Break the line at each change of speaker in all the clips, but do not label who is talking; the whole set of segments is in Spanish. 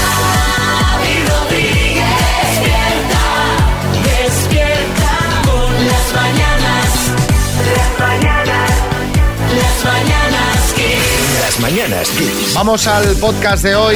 Xavi Rodríguez, despierta, despierta con las mañanas, las mañanas, las mañanas que...
Las mañanas Kiss.
Vamos al podcast de hoy.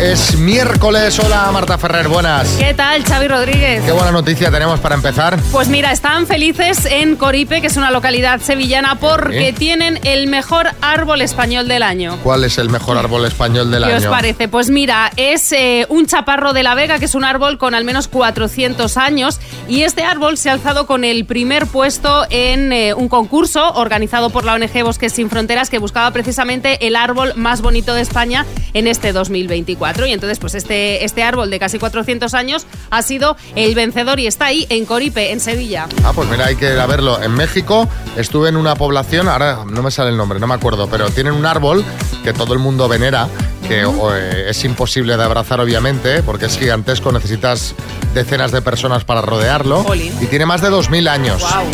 Es miércoles. Hola Marta Ferrer, buenas.
¿Qué tal, Xavi Rodríguez?
Qué buena noticia tenemos para empezar.
Pues mira, están felices en Coripe, que es una localidad sevillana, porque
Sí.
tienen el mejor árbol español del año.
¿Cuál es el mejor árbol español del
¿Qué
año?
os parece? Pues mira, es eh, un chaparro de la Vega, que es un árbol con al menos 400 años, y este árbol se ha alzado con el primer puesto en eh, un concurso organizado por la ONG Bosques Sin Fronteras, que buscaba precisamente el árbol más bonito de España en este 2024. Y entonces, pues este, este árbol de casi 400 años ha sido el vencedor y está ahí en Coripe, en Sevilla.
Ah, pues mira, hay que ir a verlo. En México estuve en una población, ahora no me sale el nombre, no me acuerdo, pero tienen un árbol que todo el mundo venera, que o, eh, es imposible de abrazar obviamente, eh, porque es gigantesco, necesitas decenas de personas para rodearlo.
Jolín.
Y tiene más de 2.000 años.
¡Guau!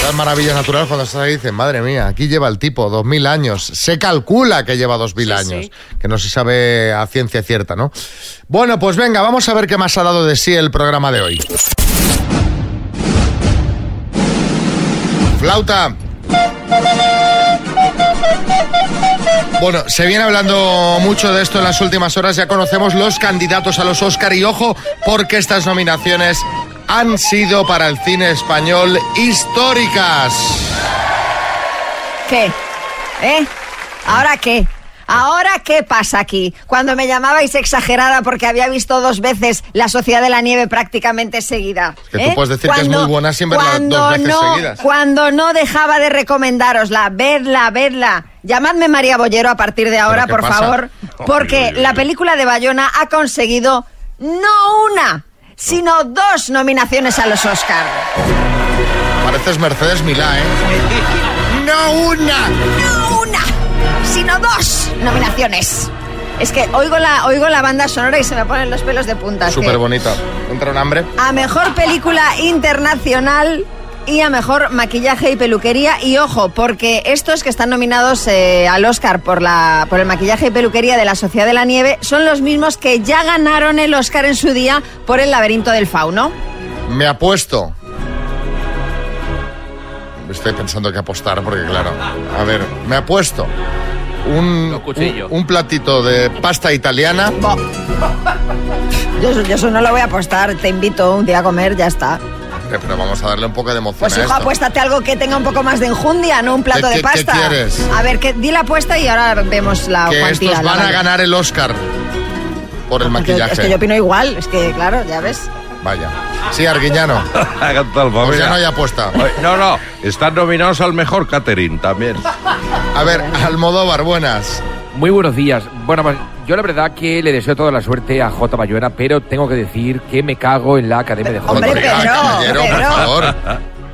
Estas maravillas naturales cuando se dicen, madre mía, aquí lleva el tipo 2000 años. Se calcula que lleva 2000
Sí,
años,
sí.
que no se sabe a ciencia cierta, ¿no? Bueno, pues venga, vamos a ver qué más ha dado de sí el programa de hoy. Flauta. Bueno, se viene hablando mucho de esto en las últimas horas. Ya conocemos los candidatos a los Oscar y ojo, porque estas nominaciones han sido para el cine español históricas.
¿Qué? ¿Eh? ¿Ahora qué? ¿Ahora qué pasa aquí? Cuando me llamabais exagerada porque había visto dos veces La Sociedad de la Nieve prácticamente seguida. ¿Eh?
Que tú puedes decir que es muy buena sin verla
cuando
dos veces
no,
seguidas.
Cuando no dejaba de recomendárosla, vedla, vedla. Llamadme María Bollero a partir de ahora,
¿Pero
por
qué pasa?
favor, porque la película de Bayona ha conseguido no una, sino dos nominaciones a los Oscar.
Pareces Mercedes Milá, ¿eh? No una.
no una, sino dos nominaciones. Es que oigo la, oigo la banda sonora y se me ponen los pelos de punta. es que-
Súper bonita. Entra un hambre.
A mejor película internacional y a mejor maquillaje y peluquería. Y ojo, porque estos que están nominados eh, al Oscar por, la, por el maquillaje y peluquería de la Sociedad de la Nieve son los mismos que ya ganaron el Oscar en su día por El laberinto del fauno.
Me apuesto. Estoy pensando que apostar, porque claro. A ver, me apuesto. Un,
Los cuchillos.
un, un platito de pasta italiana. Eh,
Bo. Yo, eso- yo eso no lo voy a apostar, te invito un día a comer, ya está.
Eh, Pero vamos a darle un poco de emoción
Pues
a
hijo,
esto.
apuéstate algo que tenga un poco más de enjundia, no un plato
¿Qué-
de
qué- qué
pasta.
quieres?
A ver, que, di la apuesta y ahora vemos la
que
cuantía.
estos
la
van a
vale.
ganar el Oscar por el
Porque
maquillaje.
Es que yo opino igual, es que claro, ya ves.
Vaya. Sí, Arguiñano.
Hagan tal favor.
Pues ya no hay apuesta.
Oye, No, no, están nominados al mejor catering también.
A ver, Almodóvar, buenas.
Muy buenos días. Bueno, pues, yo la verdad que le deseo toda la suerte a J. Bayona, pero tengo que decir que me cago en la Academia de
Hombre,
Hollywood.
pero-
caballero, por
pero-
favor.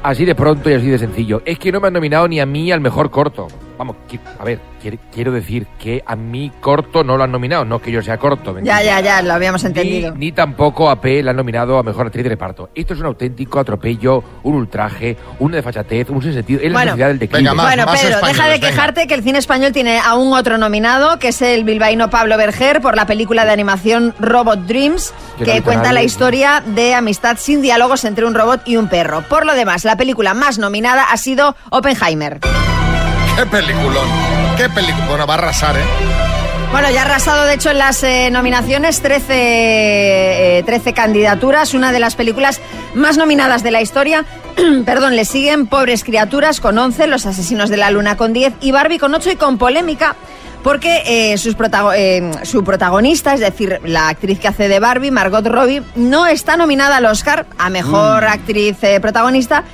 Así de pronto y así de sencillo. Es que no me han nominado ni a mí al mejor corto. Vamos, qui- a ver, quiere- quiero decir que a mí corto no lo han nominado, no que yo sea corto. ¿me
Ya,
entiendes?
ya, ya, lo habíamos
Ni,
entendido.
ni tampoco a P la han nominado a mejor actriz de reparto. Esto es un auténtico atropello, un ultraje, una desfachatez, un sinsentido. Es la
Bueno.
necesidad del declive.
Venga, más,
bueno,
más
Pedro,
españoles,
deja de
venga.
quejarte que el cine español tiene a un otro nominado, que es el bilbaíno Pablo Berger, por la película de animación Robot Dreams,
Yo no
que
vi
cuenta
nada.
la historia de amistad sin diálogos entre un robot y un perro. Por lo demás, la película más nominada ha sido Oppenheimer.
Qué peliculón. Qué película. Bueno, va a arrasar, ¿eh?
Bueno, ya ha arrasado, de hecho, en las eh, nominaciones 13, eh, 13 candidaturas. Una de las películas más nominadas de la historia. Perdón, le siguen Pobres Criaturas con 11, Los Asesinos de la Luna con 10 y Barbie con 8 y con polémica. Porque eh, sus protago- eh, su protagonista, es decir, la actriz que hace de Barbie, Margot Robbie, no está nominada al Oscar a Mejor Actriz eh, Protagonista,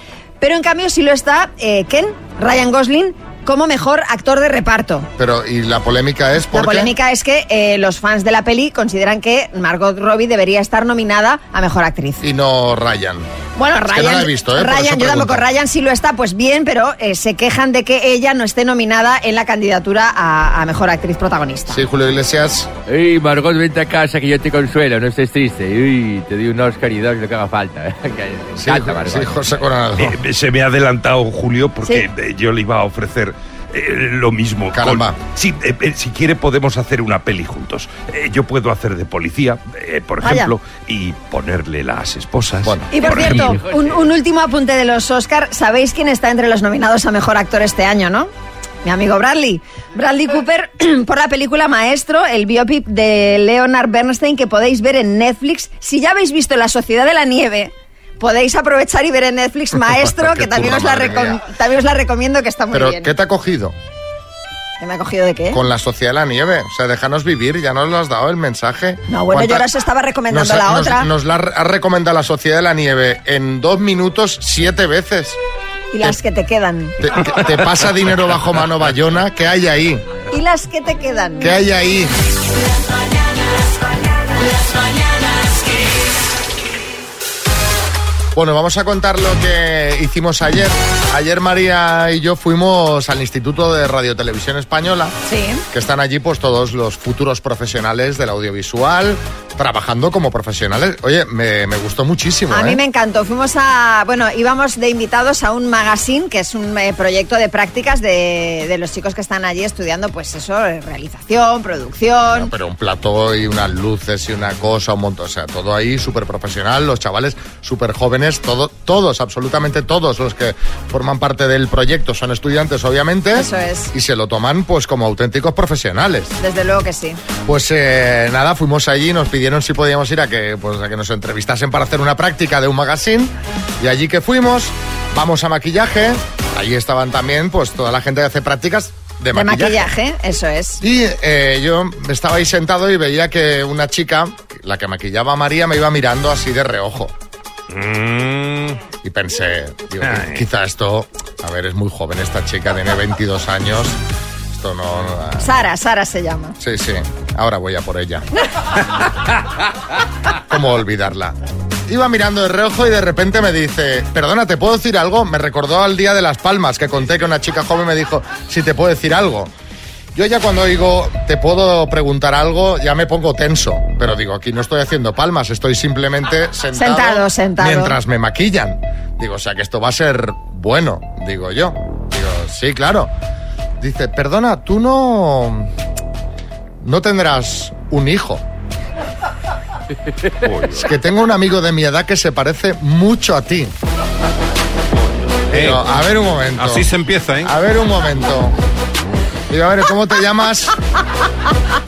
pero en cambio sí lo está eh, Ken, Ryan Gosling, como Mejor Actor de Reparto.
Pero, y la polémica es
La
porque...
polémica es que eh, los fans de la peli consideran que Margot Robbie debería estar nominada a Mejor Actriz.
Y no Ryan.
Bueno,
Es que
Ryan,
no la he visto, ¿eh? Por eso
Ryan yo
pregunto.
tampoco, Ryan sí lo está, pues bien, pero eh, se quejan de que ella no esté nominada en la candidatura a, a Mejor Actriz Protagonista.
Sí, Julio Iglesias.
Ey, Margot, vente a casa que yo te consuelo, no estés triste. Uy, te doy un Oscar y dos lo que haga falta.
Sí,
Canta,
Ju-
Margot.
sí, José Coronado.
Eh, se me ha adelantado Julio porque
Sí.
eh, yo le iba a ofrecer eh, lo mismo. con-
Caramba.
si, eh, eh, si quiere podemos hacer una peli juntos. Eh, yo puedo hacer de policía, eh, por
Vaya.
ejemplo, y ponerle las esposas.
Bueno.
Y por cierto,
ejemplo.
un, un último apunte de los Oscar. Sabéis quién está entre los nominados a mejor actor este año, ¿no? Mi amigo Bradley. Bradley Cooper por la película Maestro, el biopic de Leonard Bernstein que podéis ver en Netflix. Si ya habéis visto La Sociedad de la Nieve, podéis aprovechar y ver en Netflix Maestro,
Qué
que también
turra,
os, la
madre
recom-
mía.
también os la recomiendo, que está muy
Pero,
bien.
¿qué te ha cogido?
¿Que me ha cogido de qué?
Con la sociedad de la nieve. O sea, déjanos vivir, ya nos lo has dado el mensaje.
No, Ah, bueno, yo
¿Cuánta-
ahora os estaba recomendando
nos ha-
la
nos-
otra.
Nos la ha recomendado la sociedad de la nieve en dos minutos, siete veces.
y las que te quedan.
Te, te- te pasa dinero bajo mano Bayona. ¿Qué hay ahí?
Y las que te quedan.
¿Qué hay ahí? Bueno, vamos a contar lo que hicimos ayer. Ayer María y yo fuimos al Instituto de Radio Televisión Española,
Sí.
que están allí pues todos los futuros profesionales del audiovisual, trabajando como profesionales. Oye, me, me gustó muchísimo.
A
¿eh?
mí me encantó. Fuimos a. Bueno, íbamos de invitados a un magazine, que es un eh, proyecto de prácticas de, de los chicos que están allí estudiando, pues eso, eh, realización,
No,
producción.
pero un plató y unas luces y una cosa, un montón. O sea, todo ahí súper profesional, los chavales súper jóvenes, todo, todos, absolutamente todos los que forman parte del proyecto son estudiantes, obviamente.
Eso es.
Y se lo toman pues como auténticos profesionales.
Desde luego que sí.
Pues eh, nada, fuimos allí, nos pidieron si podíamos ir a que, pues, a que nos entrevistasen para hacer una práctica de un magazine. Y allí que fuimos, vamos a maquillaje. Allí estaban también pues toda la gente que hace prácticas de
De
maquillaje.
maquillaje, eso es.
Y eh, yo estaba ahí sentado y veía que una chica, la que maquillaba a María, me iba mirando así de reojo. Y pensé, digo,
Ay.
quizá esto, a ver, es muy joven esta chica, tiene 22 años. Esto no... no-
Sara, Sara se llama.
Sí, sí, ahora voy a por ella. ¿Cómo olvidarla? Iba mirando de reojo y de repente me dice, perdona, ¿te puedo decir algo? Me recordó al Día de las Palmas, que conté que una chica joven me dijo, si te puedo decir algo. Yo ya cuando digo, te puedo preguntar algo, ya me pongo tenso. Pero digo, aquí no estoy haciendo palmas, estoy simplemente sentado,
Sentado, sentado.
mientras me maquillan. Digo, o sea que esto va a ser bueno, digo yo. Digo, sí, claro. Dice, perdona, tú no... No tendrás un hijo. Es que tengo un amigo de mi edad que se parece mucho a ti. Digo, a ver un momento.
Eh, Así se empieza, ¿eh?
A ver un momento. Digo, a ver, ¿cómo te llamas?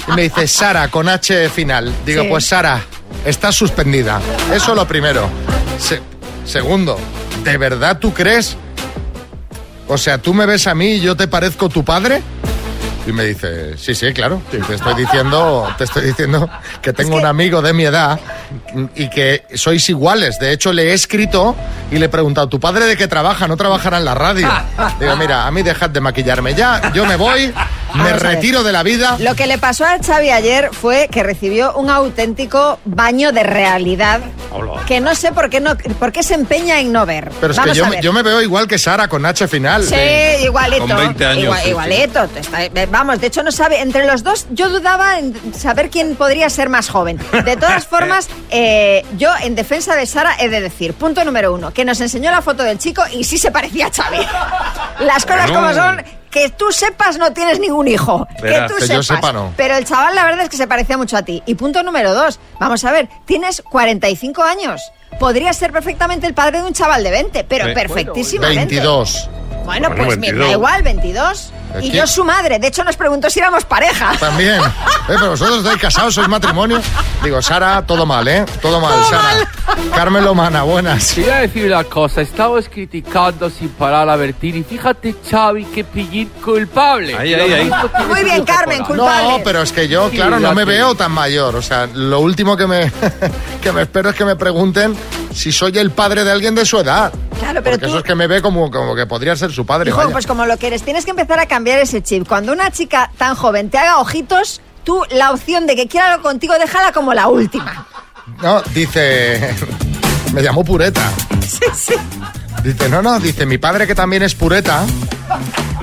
Y me dice Sara, con H final. Digo,
Sí.
pues Sara, estás suspendida. Eso lo primero. Se- segundo, ¿de verdad tú crees? O sea, ¿tú me ves a mí y yo te parezco tu padre? Y me dice, sí, sí, claro. Te estoy diciendo, te estoy diciendo que tengo un amigo de mi edad y que sois iguales. De hecho, le he escrito y le he preguntado, ¿tu padre de qué trabaja? No trabajará en la radio. Digo, mira, a mí dejad de maquillarme ya, yo me voy, me
Vamos a ver.
retiro de la vida.
Lo que le pasó a Xavi ayer fue que recibió un auténtico baño de realidad
Hola.
que no sé por qué, no, por qué se empeña en no ver.
Pero es
Vamos
que yo,
a
me-
ver.
yo me veo igual que Sara con H final.
Sí, igualito.
Con 20 años,
Igua-
sí, sí.
igualito. Está- eh, Vamos, de hecho no sabe, entre los dos yo dudaba en saber quién podría ser más joven. De todas formas, eh, yo en defensa de Sara he de decir, punto número uno, que nos enseñó la foto del chico y sí se parecía a Xavi. Las cosas como
Bueno.
son, que tú sepas no tienes ningún hijo.
Verás,
que tú
que yo
sepas.
sepa, no.
Pero el chaval la verdad es que se parecía mucho a ti. Y punto número dos, vamos a ver, tienes 45 años. Podrías ser perfectamente el padre de un chaval de 20, pero
Sí.
perfectísimamente.
22.
Bueno,
Bueno,
pues me da
22.
igual, 22.
¿De
Y
qué?
yo su madre. De hecho, nos preguntó si éramos pareja.
También. Eh, pero vosotros estáis casados, sois matrimonio. Digo, Sara, todo mal, ¿eh? Todo mal, Sara. Carmen Lomana, buenas.
Quería decir una cosa, estabos criticando sin parar a Bertini. Fíjate, Xavi, qué pillín culpable.
Ahí, ahí, ahí.
Muy bien, Carmen,
No,
Culpable.
pero es que yo,
Sí,
claro, no
ya te-
me veo tan mayor. O sea, lo último que me, que me espero es que me pregunten si soy el padre de alguien de su edad.
Claro, pero
Porque
tú-
eso es que me ve como, como que podría ser su padre.
Hijo,
vaya.
pues como lo quieres, tienes que empezar a cambiar ese chip. Cuando una chica tan joven te haga ojitos, tú la opción de que quiera algo contigo, déjala como la última.
No, dice... me llamó Pureta.
Sí, sí.
Dice, no, no, dice, mi padre que también es Pureta,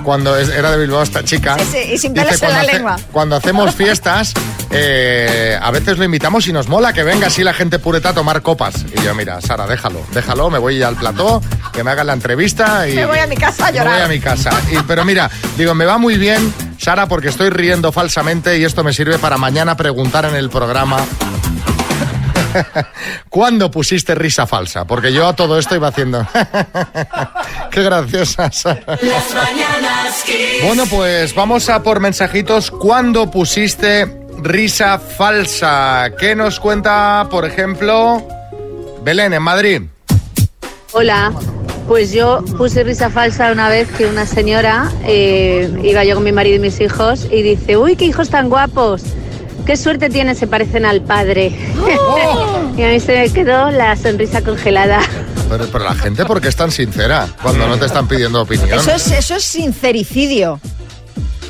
cuando es- era de Bilbao esta chica.
Sí, sí, y sin pelos en
cuando
la
hace-
lengua".
cuando hacemos fiestas, eh, a veces lo invitamos y nos mola que venga así la gente pureta a tomar copas. Y yo, mira, Sara, déjalo, déjalo, me voy al plató, que me hagan la entrevista y...
Me voy a mi casa a
Me voy
llorar.
a mi casa. Y- pero mira, digo, me va muy bien, Sara, porque estoy riendo falsamente y esto me sirve para mañana preguntar en el programa. ¿Cuándo pusiste risa falsa? Porque yo a todo esto iba haciendo. Qué graciosa, Sara.
Las mañanas Kiss.
Bueno, pues vamos a por mensajitos. ¿Cuándo pusiste risa falsa? ¿Qué nos cuenta, por ejemplo, Belén en Madrid?
Hola, pues yo puse risa falsa una vez que una señora, eh, iba yo con mi marido y mis hijos, y dice, uy, qué hijos tan guapos, qué suerte tienen, se parecen al padre.
¡Oh!
y a mí se me quedó la sonrisa congelada.
Pero, pero la gente, ¿por qué es tan sincera cuando no te están pidiendo opinión?
Eso es, eso es sincericidio.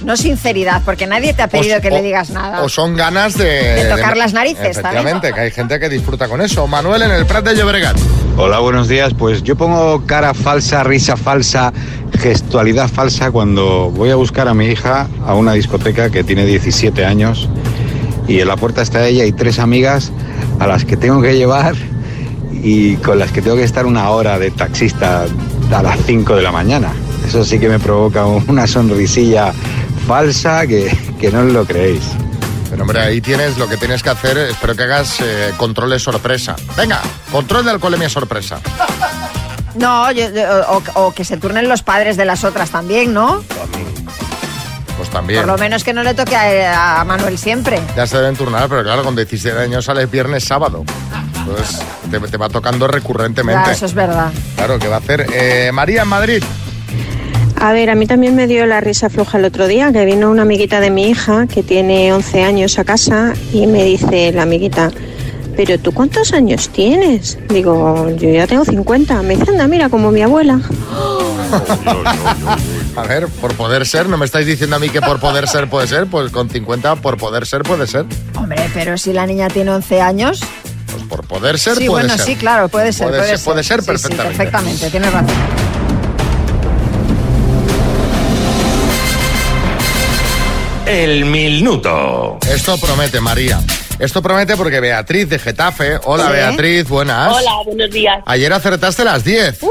No sinceridad, porque nadie te ha pedido
O-
que
o-
le digas nada.
O son ganas de...
ah, De tocar las narices, ¿sabes?
Efectivamente, que hay gente que disfruta con eso. Manuel en el Prat de Llobregat.
Hola, buenos días. Pues yo pongo cara falsa, risa falsa, gestualidad falsa cuando voy a buscar a mi hija a una discoteca que tiene 17 años y en la puerta está ella y tres amigas a las que tengo que llevar y con las que tengo que estar una hora de taxista a las 5 de la mañana. Eso sí que me provoca una sonrisilla falsa que, que no os lo creéis.
Pero hombre, ahí tienes lo que tienes que hacer. Espero que hagas eh, controles sorpresa. Venga, control de alcoholemia sorpresa.
No, yo- yo- o, o que se turnen los padres de las otras también, ¿no?
Pues también.
Por lo menos que no le toque a, a Manuel siempre.
Ya se deben turnar, pero claro, con 17 años sales viernes, sábado. Entonces te, te va tocando recurrentemente.
Ya, eso es verdad.
Claro, ¿qué va a hacer? Eh, María en Madrid.
A ver, a mí también me dio la risa floja el otro día, que vino una amiguita de mi hija, que tiene 11 años a casa, y me dice la amiguita, pero tú cuántos años tienes? Digo, yo ya tengo 50. Me dice, anda, mira, como mi abuela.
A ver, por poder ser, no me estáis diciendo a mí que por poder ser puede ser, pues con 50 por poder ser puede ser.
Hombre, pero si la niña tiene 11 años.
Pues por poder ser
sí,
puede
bueno,
ser.
sí, claro, puede ser.
Puede
Puede
ser, puede ser
Sí, sí,
perfectamente.
perfectamente, tienes razón.
El minuto.
Esto promete, María. Esto promete porque Beatriz de Getafe. Hola,
Sí.
Beatriz, buenas.
Hola, buenos días.
Ayer acertaste las 10.
Uh.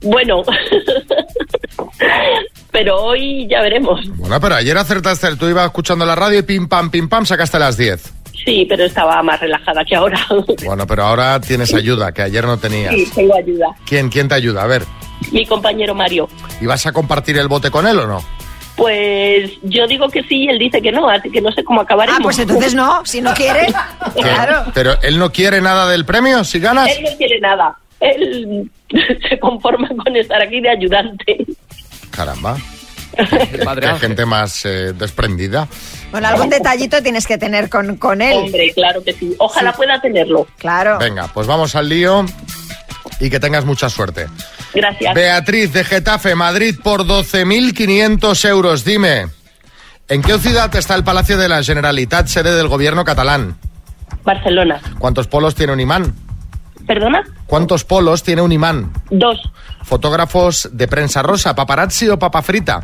Bueno, pero hoy ya veremos.
Bueno, pero ayer acertaste, tú ibas escuchando la radio y pim pam, pim pam, sacaste las 10.
Sí, pero estaba más relajada que ahora.
Bueno, pero ahora tienes ayuda, que ayer no tenías.
Sí, tengo ayuda.
¿Quién, ¿Quién te ayuda? A ver,
Mi compañero Mario.
¿y vas a compartir el bote con él o no?
Pues yo digo que sí y él dice que no, así que no sé cómo acabaremos.
Ah, pues entonces no, si no quiere.
Que-
claro.
Pero él no quiere nada del premio, si ganas.
Él no quiere nada. Él se conforma con estar aquí de ayudante.
Caramba,
El padre
qué
Ángel.
gente más eh, desprendida.
Bueno, algún detallito tienes que tener con, con él.
Hombre, claro que sí. Ojalá pueda tenerlo.
Claro.
Venga, pues vamos al lío y que tengas mucha suerte.
Gracias.
Beatriz de Getafe, Madrid, por 12.500 euros. Dime, ¿en qué ciudad está el Palacio de la Generalitat, sede del gobierno catalán?
Barcelona.
¿Cuántos polos tiene un imán?
¿Perdona?
¿Cuántos polos tiene un imán?
Dos.
Fotógrafos de prensa rosa, paparazzi o papa frita.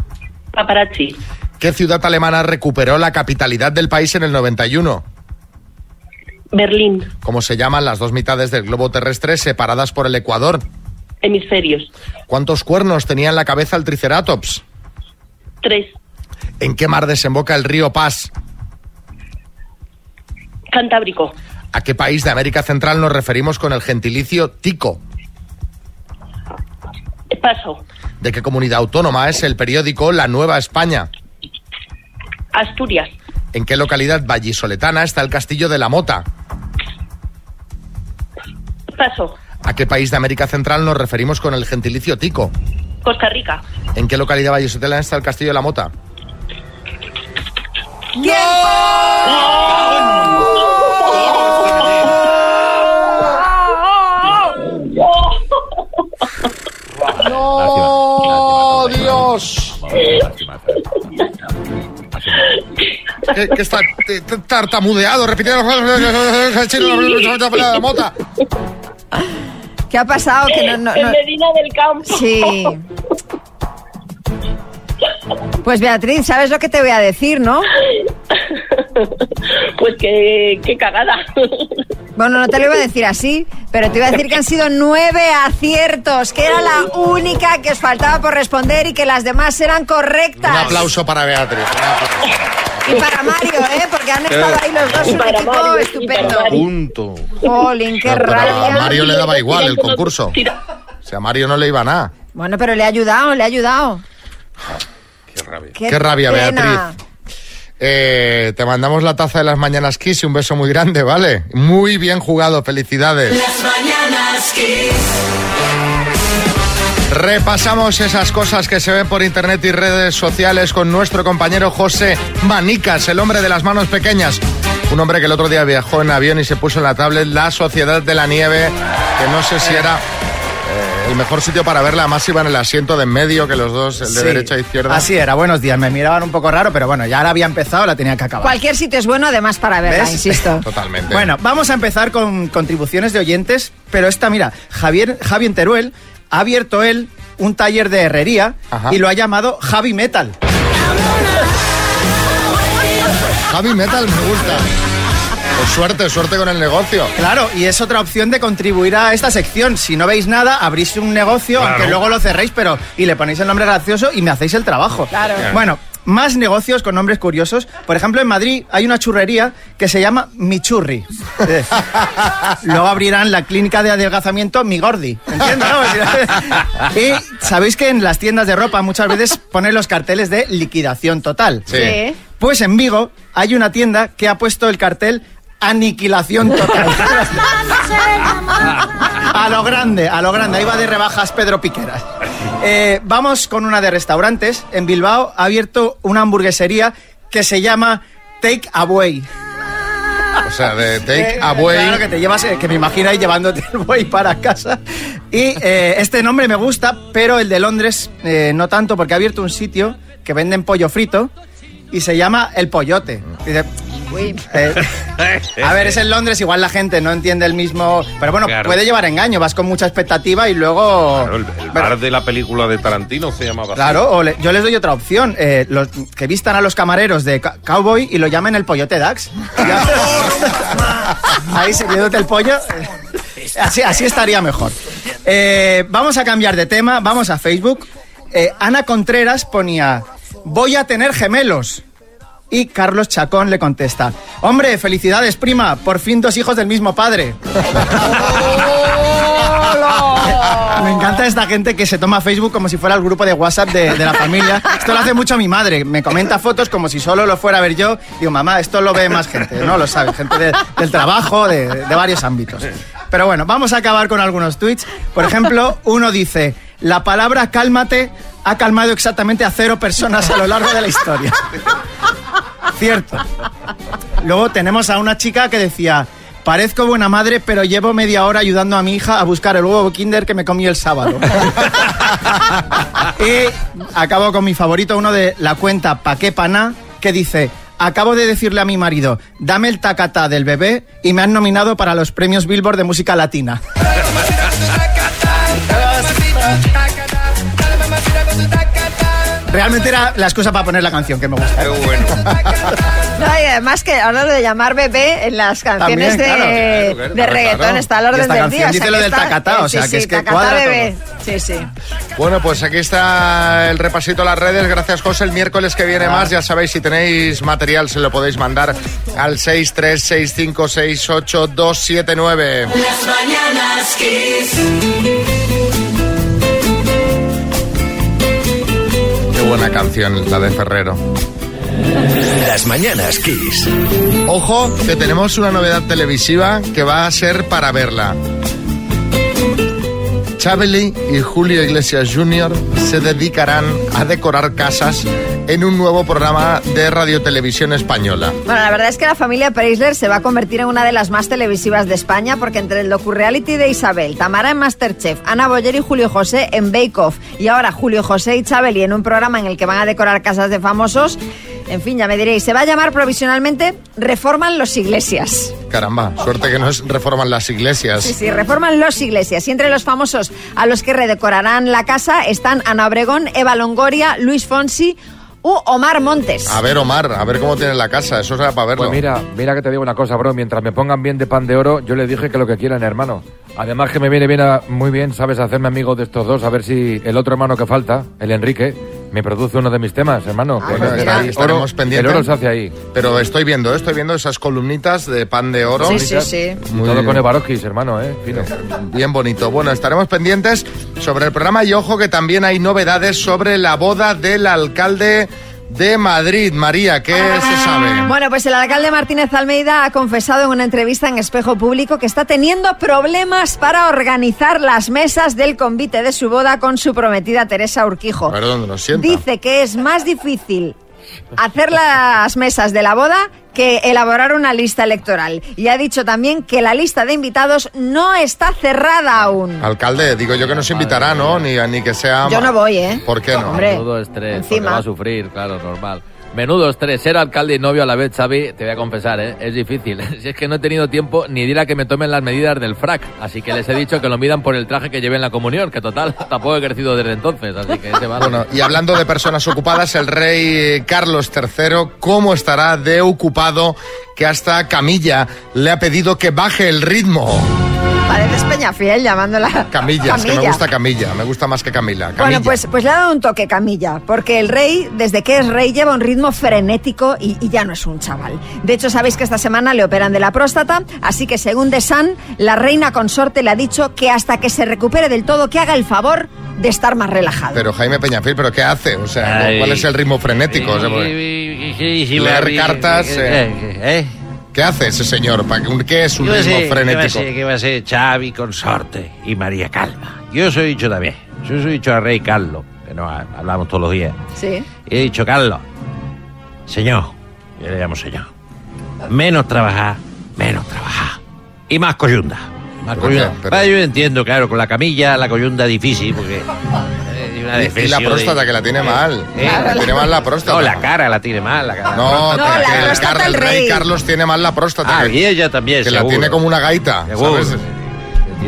Paparazzi.
¿Qué ciudad alemana recuperó la capitalidad del país en el 91?
Berlín.
¿Cómo se llaman las dos mitades del globo terrestre separadas por el Ecuador?
Hemisferios.
¿Cuántos cuernos tenía en la cabeza el Triceratops?
Tres.
¿En qué mar desemboca el río Paz?
Cantábrico.
¿A qué país de América Central nos referimos con el gentilicio tico?
Eh, Paso.
¿De qué comunidad autónoma es el periódico La Nueva España?
Asturias.
¿En qué localidad vallisoletana está el Castillo de la Mota?
Paso.
¿A qué país de América Central nos referimos con el gentilicio tico?
Costa Rica.
¿En qué localidad vallisoletana está el Castillo de la Mota?
¡Oh, Dios!
¿Qué, qué está t- t- tartamudeado? Repitiendo la Mota.
¿Qué ha pasado? Que no, no,
En
no-
Medina del Campo.
Sí. Pues Beatriz, ¿sabes lo que te voy a decir, no?
Pues que, que cagada.
Bueno, no te lo iba a decir así, pero te iba a decir que han sido nueve aciertos, que era la única que os faltaba por responder y que las demás eran correctas.
Un aplauso para Beatriz. un aplauso.
Y para Mario, ¿eh? Porque han estado ahí los dos,
Y
un
para
equipo
Mario, y
estupendo.
para Mario.
Punto.
Jolín, qué
No, pero a
rabia.
Mario le daba igual el
Tirando-
concurso.
tira-
O sea, a Mario no le iba nada.
Bueno, pero le ha ayudado, le ha ayudado.
Qué rabia.
Qué rabia,
pena.
Eh, te mandamos la taza de las mañanas Kiss y un beso muy grande, ¿vale? Muy bien jugado, felicidades.
Las mañanas Kiss.
Repasamos esas cosas que se ven por internet y redes sociales con nuestro compañero José Manicas, el hombre de las manos pequeñas. Un hombre que el otro día viajó en avión y se puso en la tablet La Sociedad de la Nieve, que no sé si era eh, el mejor sitio para verla. Además, iba en el asiento de en medio, que los dos, el de
Sí.
derecha e izquierda.
Así era, buenos días. Me miraban un poco raro, pero bueno, ya ahora había empezado, la tenía que acabar.
Cualquier sitio es bueno, además, para verla,
¿Ves?
insisto.
Totalmente.
Bueno, vamos a empezar con contribuciones de oyentes, pero esta, mira, Javier, Javi en Teruel ha abierto él un taller de herrería
Ajá.
y lo ha llamado Javi Metal.
Javi Metal me gusta. Pues suerte, suerte con el negocio.
Claro, y es otra opción de contribuir a esta sección. Si no veis nada, abrís un negocio,
Claro.
aunque luego lo cerréis, pero y le ponéis el nombre gracioso y me hacéis el trabajo.
Claro. Claro.
Bueno, más negocios con nombres curiosos. Por ejemplo, en Madrid hay una churrería que se llama Michurri. Eh, luego abrirán la clínica de adelgazamiento Migordi. ¿Entiendes? no? y sabéis que en las tiendas de ropa muchas veces ponen los carteles de liquidación total.
Sí.
Sí.
Pues en Vigo hay una tienda que ha puesto el cartel Aniquilación total. A lo grande, a lo grande. Ahí va de rebajas Pedro Piqueras. Eh, vamos con una de restaurantes. En Bilbao ha abierto una hamburguesería que se llama Take Away.
O sea, de
Eh,
Take Away.
Claro, que te llevas, eh, que me imagino ahí llevándote el buey para casa. Y eh, este nombre me gusta, pero el de Londres eh, no tanto, porque ha abierto un sitio que venden pollo frito y se llama El Pollote. Y dice, eh, a ver, es en Londres, igual la gente no entiende el mismo. Pero bueno,
Claro.
puede llevar engaño, vas con mucha expectativa y luego.
Claro, el, el bar de la película de Tarantino se llamaba así.
Claro, o le- yo les doy otra opción. eh, los, que vistan a los camareros de ca- cowboy y lo llamen el pollote Dax. Ya. Ahí sirviéndote el pollo. eh, Así, así estaría mejor. Eh, vamos a cambiar de tema, vamos a Facebook. Eh, Ana Contreras ponía, voy a tener gemelos. Y Carlos Chacón le contesta, hombre, felicidades prima, por fin dos hijos del mismo padre. Me encanta esta gente que se toma Facebook como si fuera el grupo de WhatsApp de, de la familia. Esto lo hace mucho mi madre. Me comenta fotos como si solo lo fuera a ver yo. Digo, mamá, esto lo ve más gente. No lo sabe, gente de- del trabajo, de, de varios ámbitos. Pero bueno, vamos a acabar con algunos tweets. Por ejemplo, uno dice, la palabra cálmate ha calmado exactamente a cero personas a lo largo de la historia. Cierto. Luego tenemos a una chica que decía, parezco buena madre, pero llevo media hora ayudando a mi hija a buscar el huevo kinder que me comió el sábado. y acabo con mi favorito, uno de la cuenta Pa' qué pana, que dice, acabo de decirle a mi marido, dame el tacatá del bebé y me han nominado para los premios Billboard de música latina. Realmente era la excusa para poner la canción que me gusta.
Qué bueno.
No, y además que ahora lo de llamar bebé en las canciones
También,
de,
claro,
claro, claro,
de
claro,
reggaetón
claro.
está al
Y
orden
esta
del
canción
día.
dice lo del tacatá, o sea,
sí,
que es
sí,
que
tacatá
cuadra
bebé. Sí, sí.
Bueno, pues aquí está el repasito a las redes. Gracias, José. El miércoles que viene más, ya sabéis, si tenéis material, se lo podéis mandar al 636568279.
Las mañanas Kiss.
Qué buena canción la de Ferrero.
Las mañanas Kiss.
Ojo, que tenemos una novedad televisiva que va a ser para verla. Chabeli y Julio Iglesias Jr. se dedicarán a decorar casas en un nuevo programa de radiotelevisión española.
Bueno, la verdad es que la familia Preisler se va a convertir en una de las más televisivas de España porque entre el docu-reality de Isabel, Tamara en Masterchef, Ana Boyer y Julio José en Bake Off y ahora Julio José y Chabeli en un programa en el que van a decorar casas de famosos, en fin, ya me diréis, se va a llamar provisionalmente Reforman los Iglesias.
Caramba, suerte que nos reforman las iglesias.
Sí, sí, reforman los iglesias. Y entre los famosos a los que redecorarán la casa están Ana Obregón, Eva Longoria, Luis Fonsi u Omar Montes.
A ver, Omar, a ver cómo tienes la casa. Eso era para verlo.
Pues mira, mira que te digo una cosa, bro. Mientras me pongan bien de pan de oro, yo le dije que lo que quieran, hermano. Además que me viene bien a- muy bien, sabes, hacerme amigo de estos dos, a ver si el otro hermano que falta, el Enrique, me produce uno de mis temas, hermano.
Bueno,
Porque
está-
el
pues estaremos
oro-
pendientes.
El oro se hace ahí.
Pero estoy viendo, eh, estoy viendo esas columnitas de pan de oro.
Sí, sí, sí.
Y todo con Evaroskis, hermano, ¿eh?
Bien bonito. Bueno, estaremos pendientes sobre el programa y ojo que también hay novedades sobre la boda del alcalde de Madrid. María, ¿qué se sabe?
Bueno, pues el alcalde Martínez Almeida ha confesado en una entrevista en Espejo Público que está teniendo problemas para organizar las mesas del convite de su boda con su prometida Teresa Urquijo.
Perdón, lo siento.
Dice que es más difícil hacer las mesas de la boda que elaborar una lista electoral. Y ha dicho también que la lista de invitados no está cerrada aún.
Alcalde, digo yo que nos invitará, ¿no? Ni, ni que sea...
Yo no voy, ¿eh?
¿Por qué no?
Hombre,
Menudo estrés, porque
encima.
va a sufrir, claro, normal. Menudo estrés, ser alcalde y novio a la vez, Xavi, te voy a confesar, ¿eh? es difícil. Si es que no he tenido tiempo ni de ir a que me tomen las medidas del frac, así que les he dicho que lo midan por el traje que llevé en la comunión, que total, tampoco he crecido desde entonces, así que ese vale.
Ah, Bueno, y hablando de personas ocupadas, el rey Carlos III, ¿cómo estará de ocupado que hasta Camilla le ha pedido que baje el ritmo?
Pareces Peñafiel llamándola.
Camilla, es que me
Camilla.
gusta Camilla, me gusta más que Camila. Camilla.
Bueno, pues, pues le ha dado un toque Camilla, porque el rey, desde que es rey, lleva un ritmo frenético y, y ya no es un chaval. De hecho, sabéis que esta semana le operan de la próstata, así que según The Sun, la reina consorte le ha dicho que hasta que se recupere del todo, que haga el favor de estar más relajado.
Pero Jaime Peñafil, ¿pero qué hace? O sea,
Ay.
¿cuál es el ritmo frenético? O sea, porque leer cartas... eh, ¿Qué hace ese señor? ¿Para qué- ¿Qué es un
¿Qué va a
ritmo
ser?
frenético?
¿Qué va a ser? Xavi Consorte y María Calma. Yo os he dicho también, yo os he dicho a Rey Carlos, que nos hablamos todos los días.
Sí.
Y he dicho, Carlos, señor, yo le llamo señor, menos trabajar, menos trabajar y más coyunda. Más
Pero
coyunda.
qué, pero-
Vale, yo entiendo, claro, con la camilla, la coyunda difícil, porque... eh,
Y- y la próstata, que la tiene mal. La tiene mal la próstata.
¿Eh? No, la cara la tiene mal. La cara.
No, que- que el,
próstata
Car-
del
el rey.
rey.
Carlos tiene más la próstata.
Ah,
que-
y ella también,
Que la
seguro.
tiene como una gaita.
Seguro.
¿sabes?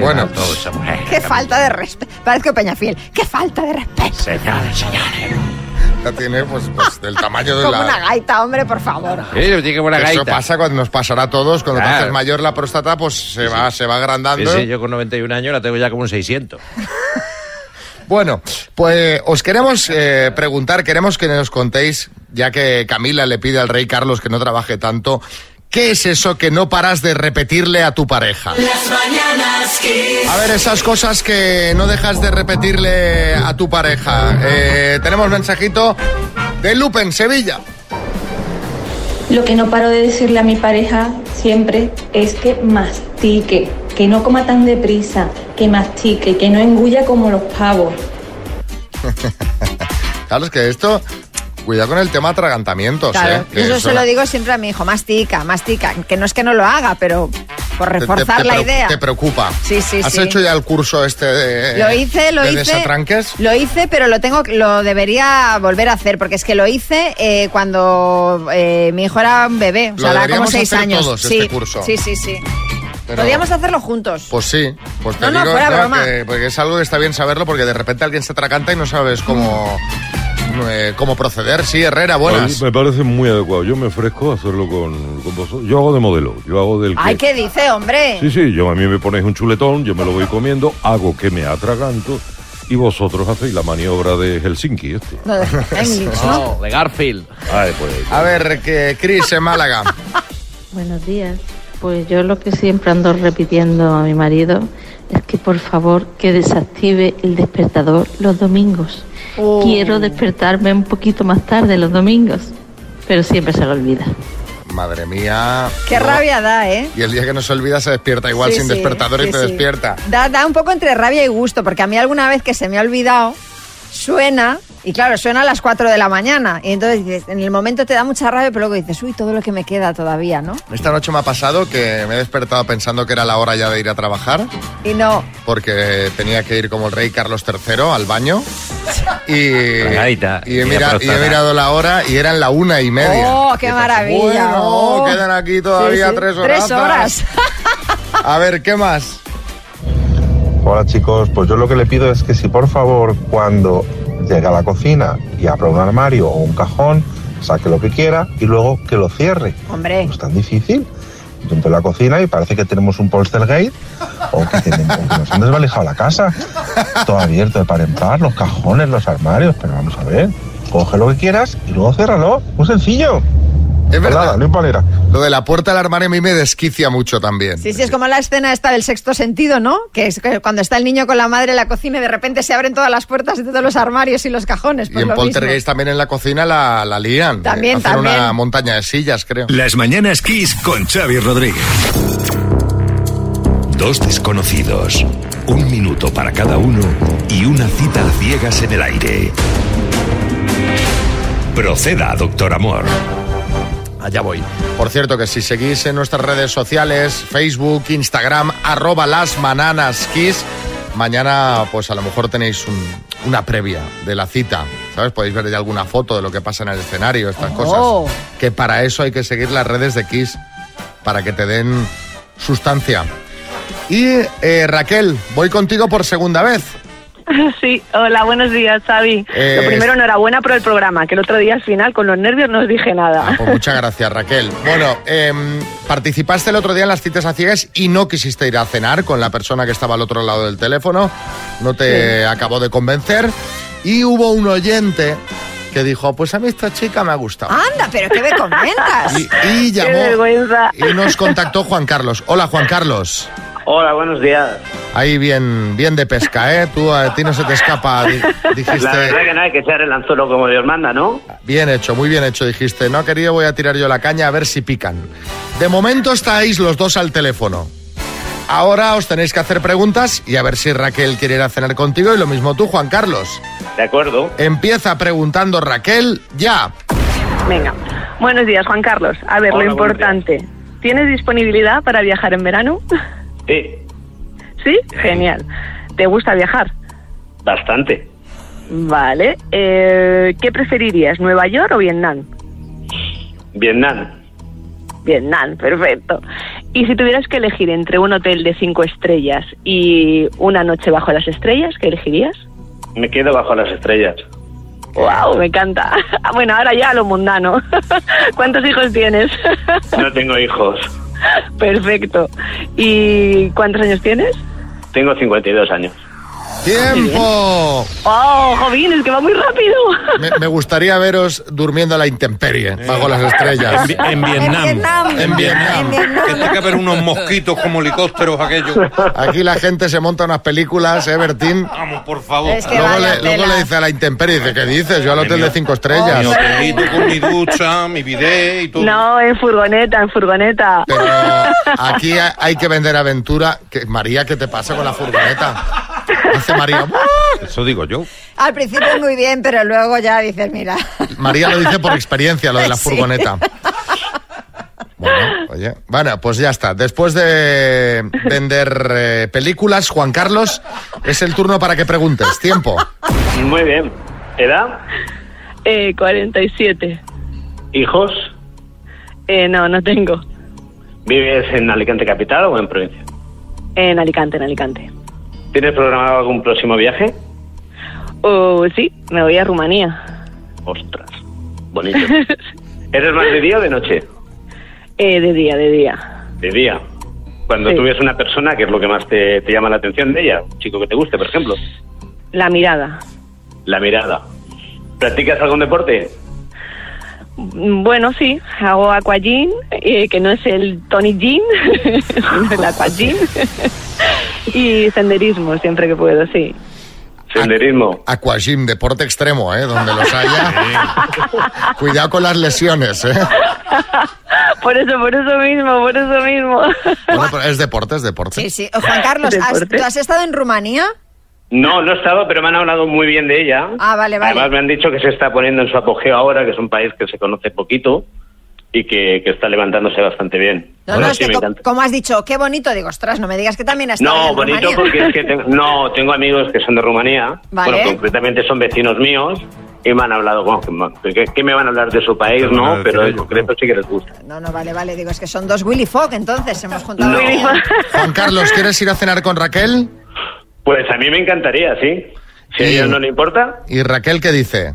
Bueno,
Qué falta de respeto. Parezco Peñafiel. Qué falta de respeto.
Señores, señores.
la tiene pues, pues, del tamaño de
Como una
la...
gaita, hombre, por favor.
Eso pasa cuando nos pasará a todos. Cuando te
Claro.
haces mayor la próstata, pues se va, se va agrandando.
Sí, sí, yo con 91 años la tengo ya como un 600.
Bueno, pues os queremos eh, preguntar, queremos que nos contéis, ya que Camila le pide al rey Carlos que no trabaje tanto, ¿qué es eso que no paras de repetirle a tu pareja?
Las mañanas Kiss.
A ver, esas cosas que no dejas de repetirle a tu pareja. Eh, tenemos mensajito de Lupe en Sevilla.
Lo que no paro de decirle a mi pareja siempre es que mastique, que no coma tan deprisa, que mastique, que no engulla como los pavos.
Claro, es que esto, cuidado con el tema atragantamientos,
Claro,
¿eh?
yo
Que
eso se
la-
lo digo siempre a mi hijo, mastica, mastica, que no es que no lo haga, pero por
te- te-
reforzar
te
la
preo-
idea.
Te preocupa.
Sí, sí,
¿Has
sí.
hecho ya el curso este de,
Lo hice, lo
de
hice.
desatranques?
Lo hice, pero lo tengo, lo debería volver a hacer, porque es que lo hice eh, cuando eh, mi hijo era un bebé, o
Lo
sea, era como
deberíamos
seis
hacer
años.
todos,
sí,
este curso.
sí, sí, sí.
Pero-
Podríamos hacerlo juntos.
Pues sí, pues te
No, no,
digo
fuera
claro,
broma.
que- porque es algo que está bien saberlo porque de repente alguien se atraganta y no sabes cómo, eh, cómo proceder. Sí, Herrera, buenas.
A mí Me parece muy adecuado. Yo me ofrezco a hacerlo con, con vosotros. Yo hago de modelo. Yo hago del que...
Ay, ¿qué dice, hombre?
Sí, sí, yo a mí me ponéis un chuletón, yo me lo voy comiendo, hago que me atraganto y vosotros hacéis la maniobra de Helsinki. Este.
No, de- Engels, ¿no?
de Garfield.
pues,
A ver, que Cris en Málaga.
Buenos días. Pues yo lo que siempre ando repitiendo a mi marido es que por favor que desactive el despertador los domingos.
Oh.
Quiero despertarme un poquito más tarde los domingos, pero siempre se lo olvida.
Madre mía.
Qué
No.
rabia da, ¿eh?
Y el día que no se olvida se despierta igual
Sí,
sin
sí,
despertador
sí,
y te
sí.
despierta.
Da, da un poco entre rabia y gusto, porque a mí alguna vez que se me ha olvidado, suena, y claro, suena a las 4 de la mañana. Y entonces dices, en el momento te da mucha rabia, pero luego dices, uy, todo lo que me queda todavía, ¿no?
Esta noche me ha pasado que me he despertado pensando que era la hora ya de ir a trabajar
Y no.
porque tenía que ir como el rey Carlos III al baño y, y,
y
he,
la
mira- y he
próstata.
mirado la hora y eran la una y media.
¡Oh, qué maravilla!
Bueno,
oh".
quedan aquí todavía
Sí, sí.
tres horas.
Tres horas.
A ver, ¿qué más?
Hola chicos, pues yo lo que le pido es que si por favor cuando llegue a la cocina y abra un armario o un cajón, saque lo que quiera y luego que lo cierre.
Hombre.
No es tan difícil. Yo entro en la cocina y parece que tenemos un polstergate o que, tienen- o que nos han desvalijado la casa. Todo abierto de par en par, los cajones, los armarios, pero vamos a ver. Coge lo que quieras y luego ciérralo. Muy sencillo.
Es verdad.
palera.
Lo de la puerta del armario a mí me desquicia mucho también.
Sí, sí, es como la escena esta del sexto sentido, ¿no? Que es que cuando está el niño con la madre en la cocina y de repente se abren todas las puertas de todos los armarios y los cajones.
Y
pues
en
lo mismo.
Poltergeist también en la cocina la, la lían.
También,
Hacen una
también.
montaña de sillas, creo.
Las mañanas Kiss con Xavi Rodríguez. Dos desconocidos, un minuto para cada uno y una cita a ciegas en el aire. Proceda, doctor amor.
Allá voy. Por cierto, que si seguís en nuestras redes sociales, Facebook, Instagram, arroba las bananas kiss, mañana pues a lo mejor tenéis un- una previa de la cita. ¿Sabes? Podéis ver ya alguna foto de lo que pasa en el escenario, estas
Oh.
cosas. Que para eso hay que seguir las redes de Kiss, para que te den sustancia. Y eh, Raquel, voy contigo por segunda vez.
Sí, hola, buenos días, Xavi.
Eh,
Lo primero, enhorabuena por el programa, que el otro día al final con los nervios no os dije nada.
Pues muchas gracias, Raquel. Bueno, em, participaste el otro día en las citas a ciegas y no quisiste ir a cenar con la persona que estaba al otro lado del teléfono. No te acabó de convencer. Y hubo un oyente que dijo, pues a mí esta chica me ha gustado.
Ah.
Anda, pero ¿qué me comentas?
Y, y llamó y nos contactó Juan Carlos. Hola, Juan Carlos.
Hola, buenos días.
Ahí bien, bien de pesca, ¿eh? Tú a ti no se te escapa. di-
La verdad
Dijiste,
que no hay que ser el anzuelo como Dios manda, ¿no?
bien hecho, muy bien hecho. Dijiste, no querido, voy a tirar yo la caña a ver si pican. De momento estáis los dos al teléfono. Ahora os tenéis que hacer preguntas y a ver si Raquel quiere ir a cenar contigo y lo mismo tú, Juan Carlos.
De acuerdo.
Empieza preguntando Raquel ya.
Venga. Buenos días, Juan Carlos. A ver,
Hola,
lo
buenos
importante. ¿Tienes disponibilidad para viajar en verano?
Sí,
¿Sí? Genial. ¿Te gusta viajar?
bastante.
Vale. Eh, ¿Qué preferirías, Nueva York o Vietnam?
Vietnam.
Vietnam, perfecto. Y si tuvieras que elegir entre un hotel de cinco estrellas y una noche bajo las estrellas, ¿qué elegirías?
Me quedo bajo las estrellas.
¡Wow! Me encanta. Bueno, ahora ya a lo mundano. ¿Cuántos hijos tienes?
No tengo hijos.
Perfecto. ¿Y cuántos años tienes?
Tengo 52 años.
¡Tiempo!
¡Oh, Jovín, es que va muy rápido!
Me, me gustaría veros durmiendo a la intemperie, bajo las estrellas.
En, en Vietnam. En Vietnam. Que tiene que haber unos mosquitos como helicópteros aquellos.
Aquí la gente se monta unas películas, ¿eh, Bertín?
Vamos, por favor.
Es que Luego vaya le- luego tela. le dice a la intemperie, dice, ¿qué dices? Yo al hotel de cinco estrellas.
Mi hotelito con mi ducha, mi bidet y todo.
No, en furgoneta, en furgoneta.
Aquí ha- hay que vender aventura. Que, María, ¿qué te pasa con la furgoneta? Hace María.
Eso digo yo.
Al principio muy bien, pero luego ya dices, mira.
María lo dice por experiencia, lo de la
Sí.
furgoneta. Bueno, oye. Bueno, pues ya está. Después de vender eh, películas, Juan Carlos, es el turno para que preguntes. Tiempo.
Muy bien. ¿Edad?
Eh, 47.
¿Hijos?
Eh, no, no tengo.
¿Vives en Alicante capital o en provincia?
En Alicante, en Alicante.
¿Tienes programado algún próximo viaje?
Oh, sí, me voy a Rumanía.
Ostras, bonito. ¿Eres más de día o de noche?
Eh, de día, de día.
De día. Cuando
Sí.
tú ves una persona, ¿qué es lo que más te, te llama la atención de ella? Un chico que te guste, por ejemplo.
La mirada.
La mirada. ¿Practicas algún deporte?
Mm, Bueno, sí, hago aquagym, eh, que no es el Tony Jean, sino el aquagym. y senderismo siempre que puedo, sí.
Senderismo.
Aquagym, deporte extremo, ¿eh? Donde los haya. Cuidado con las lesiones, ¿eh?
Por eso, por eso mismo, por eso mismo.
Bueno, pero es deporte, es deporte.
Sí, sí. Juan Carlos, ¿has,
Deporte.
¿tú has estado en Rumanía?
No, no he estado, pero me han hablado muy bien de ella.
Ah, vale, vale.
Además, me han dicho que se está poniendo en su apogeo ahora, que es un país que se conoce poquito y que, que está levantándose bastante bien.
No,
Bueno,
no, es
sí,
que
me
co-
encanta.
como has dicho, qué bonito. Digo, ostras, no me digas que también has estado
No,
en
bonito
Rumanía.
porque es que tengo, no, tengo amigos que son de Rumanía,
Vale.
bueno, concretamente son vecinos míos y me han hablado, bueno, que, que- que me van a hablar de su país,
Te van a
no,
decir
pero en
ellos,
concreto sí que les gusta.
No, no, vale, vale. Digo, es que son dos Willy Fogg, entonces hemos juntado.
Juan Carlos, ¿quieres ir a cenar con Raquel?
Pues a mí me encantaría, sí. Si a ellos no le importa,
¿Y Raquel qué dice?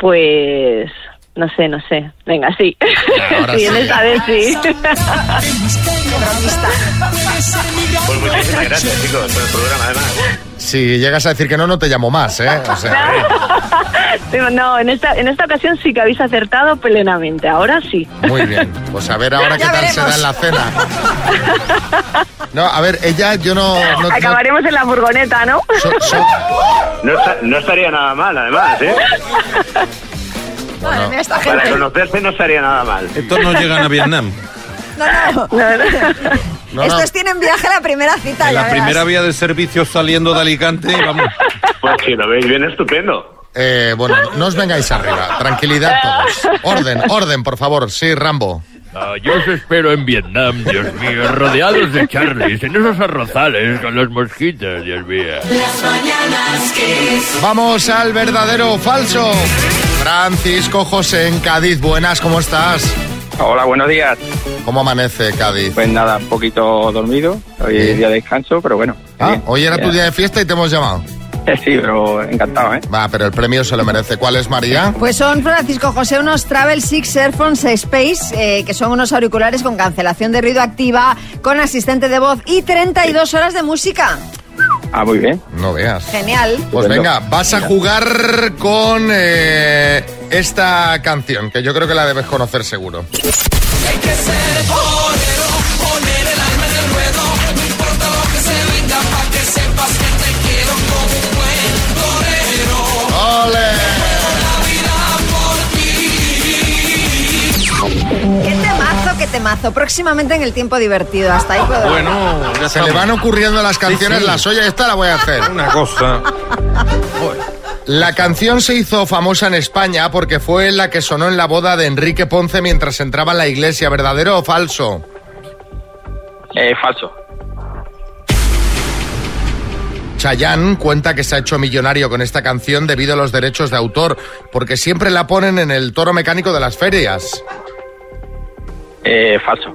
Pues no sé, no sé. Venga, sí.
ahora
sí, en
sí.
esta vez sí.
pues muchísimas gracias, chicos, por el programa, además.
Si llegas a decir que no, no te llamo más, ¿eh? O sea,
Pero no, en esta, en esta ocasión sí que habéis acertado plenamente. Ahora sí.
muy bien. Pues a ver ahora qué
Ya
tal se da
veremos.
en la cena. No, a ver, ella, yo no... no- no-
Acabaremos en la furgoneta, ¿no?
No, esta- no estaría nada mal, además, ¿eh?
Madre mía, esta
Para
gente.
conocerse no estaría nada mal.
Esto no llegan a Vietnam.
No, no.
No, no.
Estos tienen viaje a la primera cita,
En la
ya verás.
primera vía de servicio saliendo de Alicante, vamos.
Pues si lo veis bien, estupendo.
eh, bueno, no os vengáis arriba. Tranquilidad todos. Orden, orden, por favor. Sí, Rambo.
Ah, yo os espero en Vietnam, Dios mío, rodeados de Charlies, en esos arrozales con las mosquitas, Dios mío.
Las mañanas kiss.
Vamos al verdadero o falso. Francisco José en Cádiz. Buenas, ¿cómo estás?
Hola, buenos días.
¿Cómo amanece Cádiz?
Pues nada, un poquito dormido. Hoy es día de descanso, pero bueno.
Ah, hoy era tu
Ya.
día de fiesta y te hemos llamado.
Sí, pero encantado, ¿eh?
Va, pero el premio se lo merece. ¿Cuál es, María?
Pues son Francisco José unos Travel Six Airphones Space, eh, que son unos auriculares con cancelación de ruido activa, con asistente de voz y 32 horas de música.
Ah, muy bien.
No veas.
Genial.
Pues venga, vas a jugar con eh, esta canción, que yo creo que la debes conocer seguro.
Hay que ser torero, poner el alma en el ruedo. No importa lo que se venga, pa' que sepas que te quiero como un buen torero.
¡Ole!
Qué temazo, qué temazo. Próximamente en el tiempo divertido. Hasta ahí puedo.
se le van ocurriendo las canciones,
sí.
la soya esta la voy a hacer.
Una cosa.
La canción se hizo famosa en España porque fue la que sonó en la boda de Enrique Ponce mientras entraba en la iglesia, ¿verdadero o falso?
Eh, falso.
Chayanne cuenta que se ha hecho millonario con esta canción debido a los derechos de autor, porque siempre la ponen en el toro mecánico de las ferias.
Eh, falso.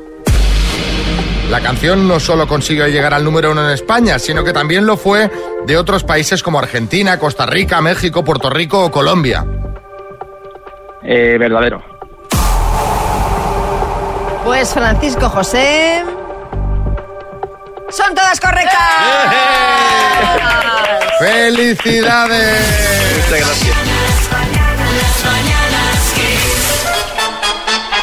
La canción no solo consiguió llegar al número uno en España, sino que también lo fue de otros países como Argentina, Costa Rica, México, Puerto Rico o Colombia.
Eh, verdadero.
Pues Francisco José. Son todas correctas.
¡Felicidades!
Muchas gracias.
Las mañanas kiss.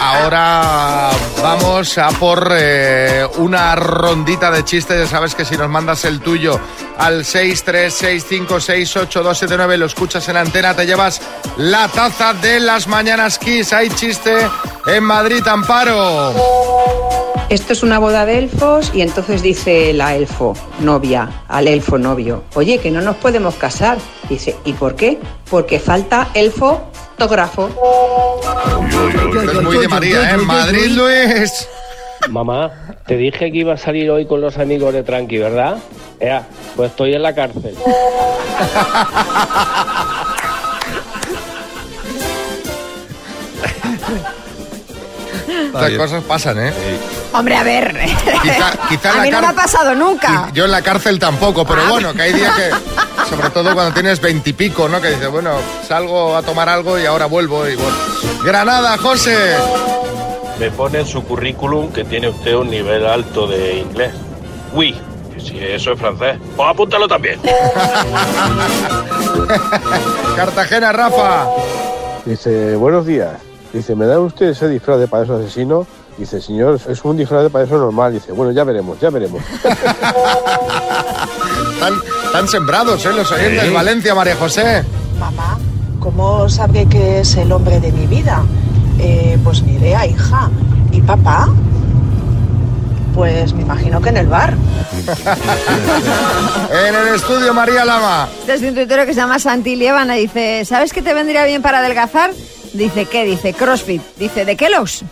Ahora vamos a por eh, una rondita de chistes. Ya sabes que si nos mandas el tuyo al 636568279, lo escuchas en antena, te llevas la taza de las mañanas Kiss. Hay chiste en Madrid, Amparo.
Esto es una boda de elfos y entonces dice la elfo novia al elfo novio, oye, que no nos podemos casar. Dice, ¿y por qué? Porque falta elfo tógrafo.
Esto es muy de María, ¿eh? Madrid, Luis.
Mamá, te dije que iba a salir hoy con los amigos de Tranqui, ¿verdad? Ya, pues estoy en la cárcel.
Estas cosas pasan, ¿eh?
Hombre, a ver.
Quizá- quizá
a
la
mí no me
car-
ha pasado nunca.
Yo en la cárcel tampoco, pero bueno, que hay días que, sobre todo cuando tienes veintipico, ¿no? Que dices, bueno, salgo a tomar algo y ahora vuelvo y bueno. Granada, José.
Me pone en su currículum que tiene usted un nivel alto de inglés. Oui, que si eso es francés, pues apúntalo también.
Cartagena, Rafa.
Dice, buenos días. Dice, ¿me da usted ese disfraz de payaso asesino? Dice, señor, es un disfraz de payaso normal. Dice, bueno, ya veremos, ya veremos.
Están, están sembrados, ¿eh? Los oyentes.
Sí.
Valencia, María José.
¿Cómo sabe que es el hombre de mi vida? Eh, pues mi idea, hija. ¿Y papá? Pues me imagino que en el bar.
En el estudio, María Lama.
Desde Este un tuitero que se llama Santi Lievana dice, ¿sabes qué te vendría bien para adelgazar? Dice, ¿qué? Dice, CrossFit. Dice, ¿de Kellogg's?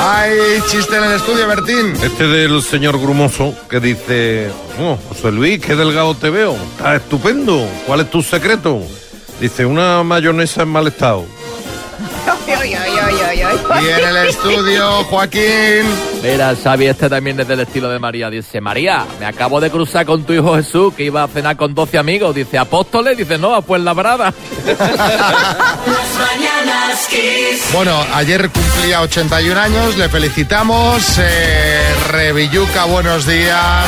Hay chiste en el estudio, Bertín.
Este del señor Grumoso que dice, oh, José Luis, qué delgado te veo, estás estupendo, ¿cuál es tu secreto? Dice, una mayonesa en mal estado.
Y en el estudio, Joaquín.
Mira, Xavi, este también es del estilo de María. Dice, María, me acabo de cruzar con tu hijo Jesús, que iba a cenar con 12 amigos. Dice, apóstoles. Dice, no, pues labrada.
Las mañanas Kiss.
Bueno, ayer cumplía 81 años, le felicitamos. Eh, Revilluca, buenos días.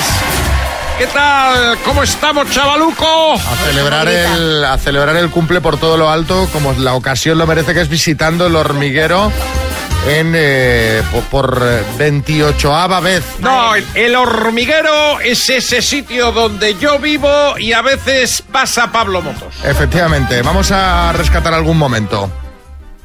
¿Qué tal? ¿Cómo estamos, chavaluco?
A celebrar el, a celebrar el cumple por todo lo alto, como la ocasión lo merece, que es visitando el hormiguero en eh, po- por, 28ava vez.
No, el, el hormiguero es ese sitio donde yo vivo y a veces pasa Pablo Motos.
Efectivamente, vamos a rescatar algún momento.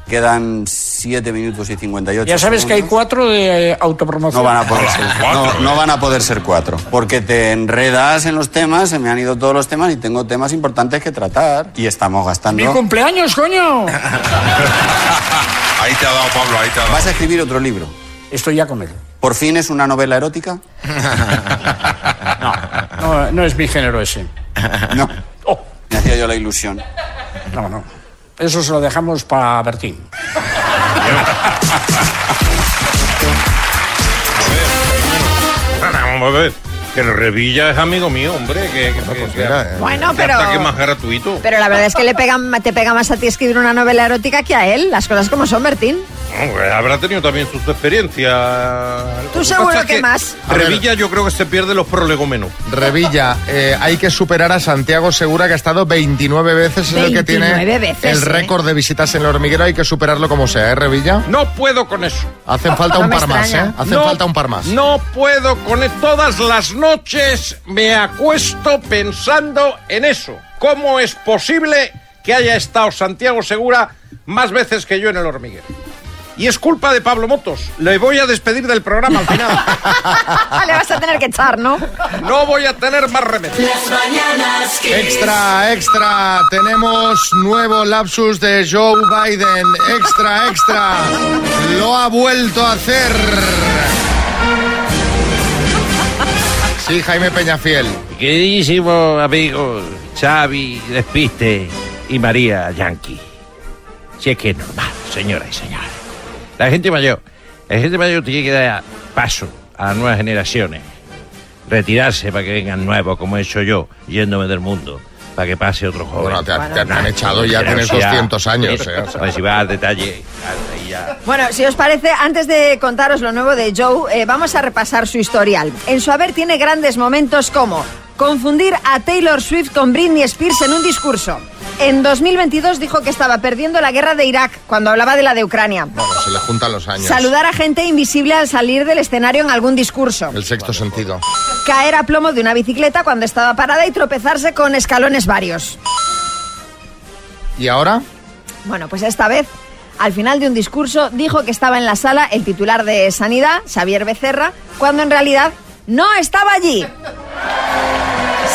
Quedan 7 minutos y 58.
Ya sabes que hay cuatro de eh, autopromoción.
No van, a poder ser, no, no van a poder ser cuatro. Porque te enredas en los temas, se me han ido todos los temas y tengo temas importantes que tratar. Y estamos
¡Mi
gastando.
cumpleaños, coño!
Ahí te ha dado, Pablo, ahí te ha dado. ¿Vas a escribir otro libro? Estoy ya con él. ¿Por fin es una novela erótica?
No, no es mi género ese. Oh.
No. Me hacía yo la ilusión.
No, no. Eso se lo dejamos para Bertín.
Vamos a ver. Que el Revilla es amigo mío, hombre. Que, que- que- que-
Bueno,
que
pero-
ataque más gratuito.
Pero la verdad es que le pegan, te pega más a ti escribir una novela erótica que a él. Las cosas como son, Bertín.
Hombre, pues, habrá tenido también sus experiencias. Lo
Tú
que
seguro
pasa es
que más.
Revilla yo creo que se pierde los prolegómenos.
Revilla, eh, hay que superar a Santiago Segura, que ha estado 29 veces, es el que
29
tiene
veces,
el
¿eh?
récord de visitas en el hormiguero. Hay que superarlo como sea, ¿eh, Revilla?
No puedo con eso.
Hacen falta
No
un
me
par más,
extraña.
¿eh? Hacen
No.
falta un par más.
No puedo con eso. Todas las noches me acuesto pensando en eso. ¿Cómo es posible que haya estado Santiago Segura más veces que yo en el hormiguero? Y es culpa de Pablo Motos. Le voy a despedir del programa al final.
le vas a tener que echar, ¿no?
No voy a tener más remedio.
Las mañanas Kiss.
Extra, extra, tenemos nuevo lapsus de Joe Biden. Extra, extra, lo ha vuelto a hacer. Sí, Jaime Peñafiel.
Queridísimos amigos Xavi, Despiste y María Yankee. Si es que es normal, señoras y señores. La gente mayor, la gente mayor tiene que dar paso a las nuevas generaciones. Retirarse para que vengan nuevos, como he hecho yo, yéndome del mundo, para que pase otro joven.
Bueno, te- te han echado, ya tienes 200 años, eh, o sea.
Pues si vas al detalle,
Bueno, si os parece, antes de contaros lo nuevo de Joe, eh, vamos a repasar su historial. En su haber tiene grandes momentos como confundir a Taylor Swift con Britney Spears en un discurso. En 2022 dijo que estaba perdiendo la guerra de Irak cuando hablaba de la de Ucrania.
Bueno, se le juntan los años.
Saludar a gente invisible al salir del escenario en algún discurso.
El sexto sentido.
Caer a plomo de una bicicleta cuando estaba parada y tropezarse con escalones varios.
¿Y ahora?
Bueno, pues esta vez, al final de un discurso, dijo que estaba en la sala el titular de Sanidad, Xavier Becerra, cuando en realidad no estaba allí.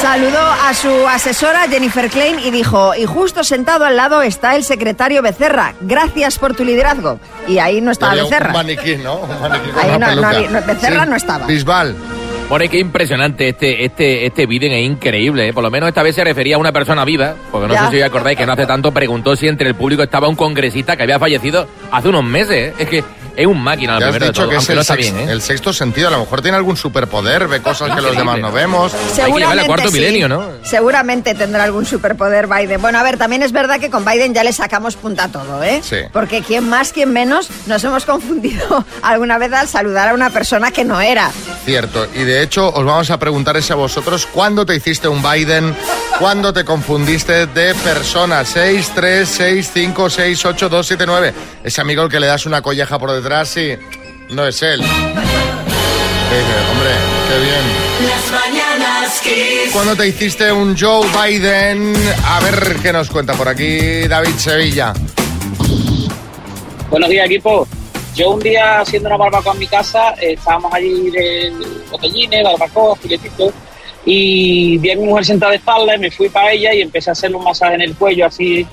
Saludó a su asesora Jennifer Klein y dijo, y justo sentado al lado está el secretario Becerra, gracias por tu liderazgo. Y ahí no estaba
Había
Becerra.
Un maniquí, ¿no? Un maniquí con
Ahí
una
no- no
peluca.
había- no, Becerra no estaba.
Bisbal.
Bueno, y qué impresionante este, este, este Biden es increíble. ¿eh? Por lo menos esta vez se refería a una persona viva, porque no
Ya.
sé si os acordáis que no hace tanto preguntó si entre el público estaba un congresista que había fallecido hace unos meses. ¿eh? Es que es un máquina, lo
Ya has
primero Ah, de
dicho
todo,
que es
aunque
el,
no está
sexto,
bien, ¿eh?
el sexto sentido. A lo mejor tiene algún superpoder, ve cosas que los demás no vemos.
Seguramente sí. Seguramente tendrá algún superpoder Biden. Bueno, a ver, también es verdad que con Biden ya le sacamos punta a todo, ¿eh?
Sí.
Porque quién más, quién menos, nos hemos confundido alguna vez al saludar a una persona que no era.
Cierto, y de hecho os vamos a preguntar ese a vosotros, ¿cuándo te hiciste un Biden? ¿Cuándo te confundiste de persona? 6, 3, 6, 5, 6, 8, 2, 7, 9. Ese amigo al que le das una colleja por detrás y no es él. Dice, hombre, qué bien.
Las mañanas Kiss.
¿Cuándo te hiciste un Joe Biden? A ver qué nos cuenta por aquí David Sevilla.
Buenos días, equipo. Yo un día haciendo una barbacoa en mi casa, eh, estábamos allí de botellines, barbacoa, filetitos, y vi a mi mujer sentada de espalda y me fui para ella y empecé a hacerle un masaje en el cuello, así,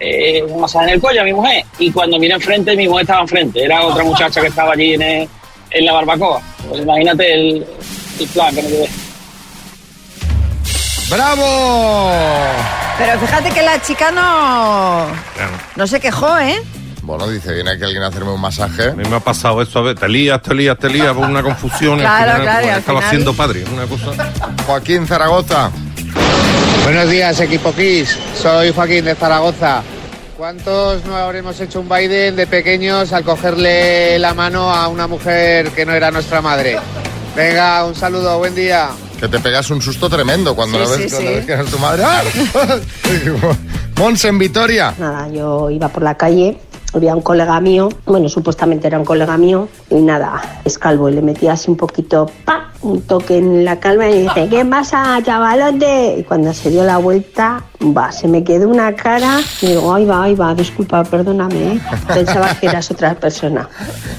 eh, un masaje en el cuello a mi mujer. Y cuando miré enfrente, mi mujer estaba enfrente, era otra muchacha que estaba allí en, el- en la barbacoa. Pues imagínate el, el plan que me llevé.
¡Bravo!
Pero fíjate que la chica no, no se quejó, ¿eh?
Bueno, dice, viene aquí alguien a hacerme un masaje. A mí me ha
pasado esto, a ver, te lías, te lías, te lías, por una confusión. y al
Claro,
final,
claro,
pues,
y al
acaba
final-
siendo padre, una cosa.
Joaquín Zaragoza.
Buenos días, equipo Kiss. Soy Joaquín de Zaragoza. ¿Cuántos no habremos hecho un Biden de pequeños al cogerle la mano a una mujer que no era nuestra madre? Venga, un saludo, buen día.
Que te pegas un susto tremendo
Sí,
cuando la ves,
sí,
cuando
sí.
ves que es tu madre. ¡Ah! Monse en Vitoria.
Nada, yo iba por la calle, había un colega mío, bueno, supuestamente era un colega mío, y nada, es calvo, y le metía así un poquito, pa, un toque en la calma y dice, ¿qué pasa, chavalote? Y cuando se dio la vuelta, va, se me quedó una cara, y digo, ahí va, ahí va, disculpa, perdóname, ¿eh? pensaba que eras otra persona.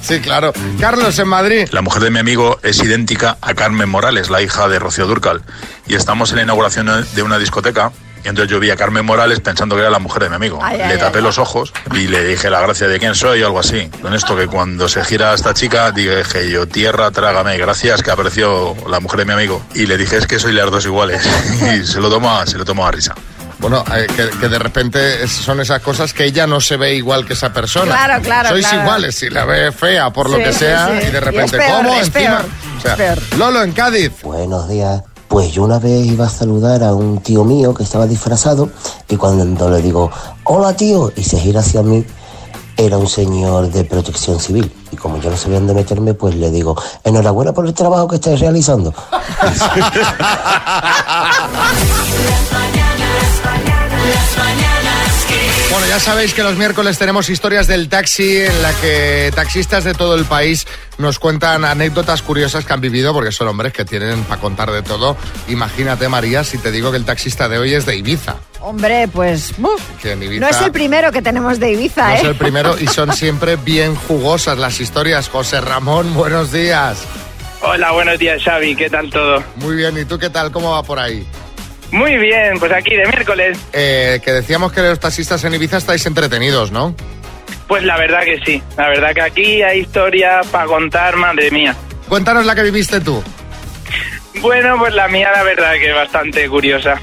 Sí, claro. Carlos en Madrid.
La mujer de mi amigo es idéntica a Carmen Morales, la hija de Rocío Durcal. Y estamos en la inauguración de una discoteca. Y entonces yo vi a Carmen Morales pensando que era la mujer de mi amigo.
Ay, ay,
le
ay,
tapé
ay.
los ojos y le dije la gracia de quién soy o algo así. Con esto que cuando se gira esta chica dije yo, tierra, trágame, gracias que apareció la mujer de mi amigo. Y le dije es que soy las dos iguales. y se lo tomó a, se lo tomó a risa.
Bueno, eh, que, que de repente es- son esas cosas que ella no se ve igual que esa persona.
Claro, claro,
Sois
claro.
iguales, si la ve fea por lo
Sí,
que
sí,
sea,
sí.
y de
Y
repente,
es peor,
¿cómo?
es
Encima.
peor,
O sea,
es peor.
Lolo en Cádiz.
Buenos días. Pues yo una vez iba a saludar a un tío mío que estaba disfrazado y cuando le digo, hola tío, y se gira hacia mí, era un señor de protección civil. Y como yo no sabía dónde meterme, pues le digo, enhorabuena por el trabajo que estáis realizando.
Bueno, ya sabéis que los miércoles tenemos historias del taxi en la que taxistas de todo el país nos cuentan anécdotas curiosas que han vivido porque son hombres que tienen para contar de todo. Imagínate, María, si te digo que el taxista de hoy es de Ibiza.
Hombre, pues. ¡buf!
Que en Ibiza
No es el primero que tenemos de Ibiza,
no
¿eh?
es el primero y son siempre bien jugosas las historias. José Ramón, buenos días.
Hola, buenos días, Xavi. ¿Qué tal todo?
Muy bien, ¿y tú qué tal? ¿Cómo va por ahí?
Muy bien, pues aquí de miércoles.
Eh, que decíamos que los taxistas en Ibiza estáis entretenidos, ¿no?
Pues la verdad que sí. La verdad que aquí hay historia para contar, madre mía.
Cuéntanos la que viviste tú.
Bueno, pues la mía, la verdad que es bastante curiosa.